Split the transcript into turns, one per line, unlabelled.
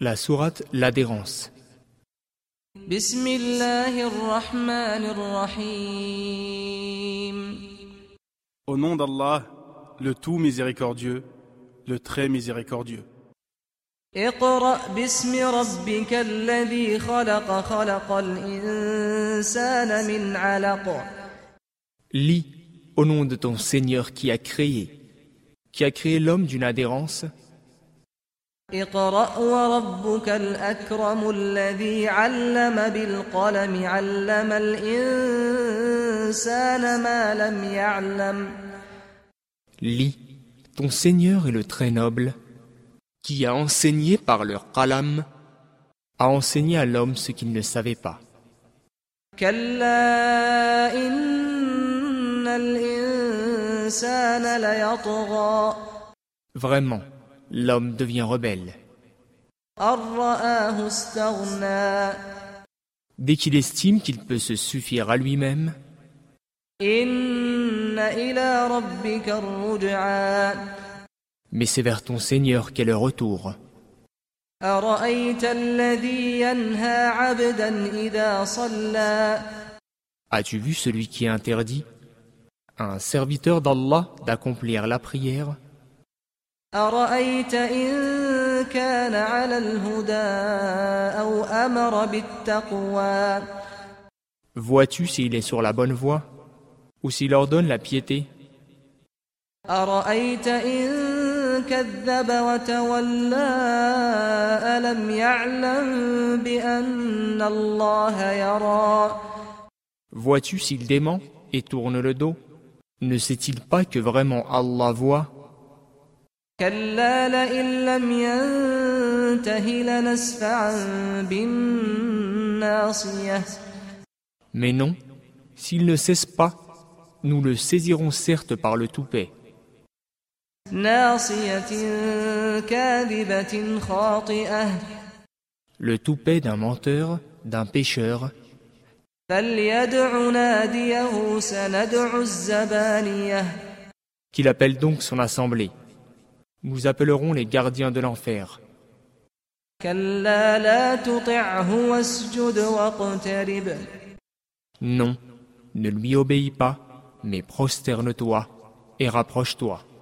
La sourate L'adhérence.
بسم الله الرحمن الرحيم
Au nom d'Allah, le tout miséricordieux, le très miséricordieux.
اقرأ باسم ربك الذي خلق خلق الإنسان من علق
Lis au nom de ton Seigneur qui a créé, qui a créé l'homme d'une adhérence.
اقرأ وربك الأكرم الذي علم بالقلم علم الإنسان ما لم يعلم
Lis ton Seigneur est le très noble, qui a enseigné par leur qalam, a enseigné à l'homme ce qu'il ne savait pas.
كلا إن الإنسان ليطغى
Vraiment, l'homme devient rebelle.
أن رآه استغنى
Dès qu'il estime qu'il peut se suffire à lui-même,
إن إلى ربك الرجعى
mais c'est vers ton Seigneur qu'est le retour.
أرأيت الذي ينهى عبدا إذا صلى
As-tu vu celui qui interdit à un serviteur d'Allah d'accomplir la prière
أرأيت إن كان على الهدى أو أمر بالتقوى
Vois-tu s'il est sur la bonne voie ou s'il ordonne la piété
أرأيت إن كذب وتولى ألم يعلم بأن الله يرى
Vois-tu s'il dément et tourne le dos Ne sait-il pas que vraiment Allah voit
كلا لئن لم ينته لنسفعا بالناصية
Mais non, s'il ne cesse pas, nous le saisirons certes par le toupet,
ناصية كاذبة خاطئة
le toupet d'un menteur, d'un pécheur.
فليدع ناديه سندع الزبانية
qu'il appelle donc son assemblée. Nous appellerons les gardiens de l'enfer.
كلا لا تطعه واسجد واقترب
Non, ne lui obéis pas, mais prosterne-toi et rapproche-toi.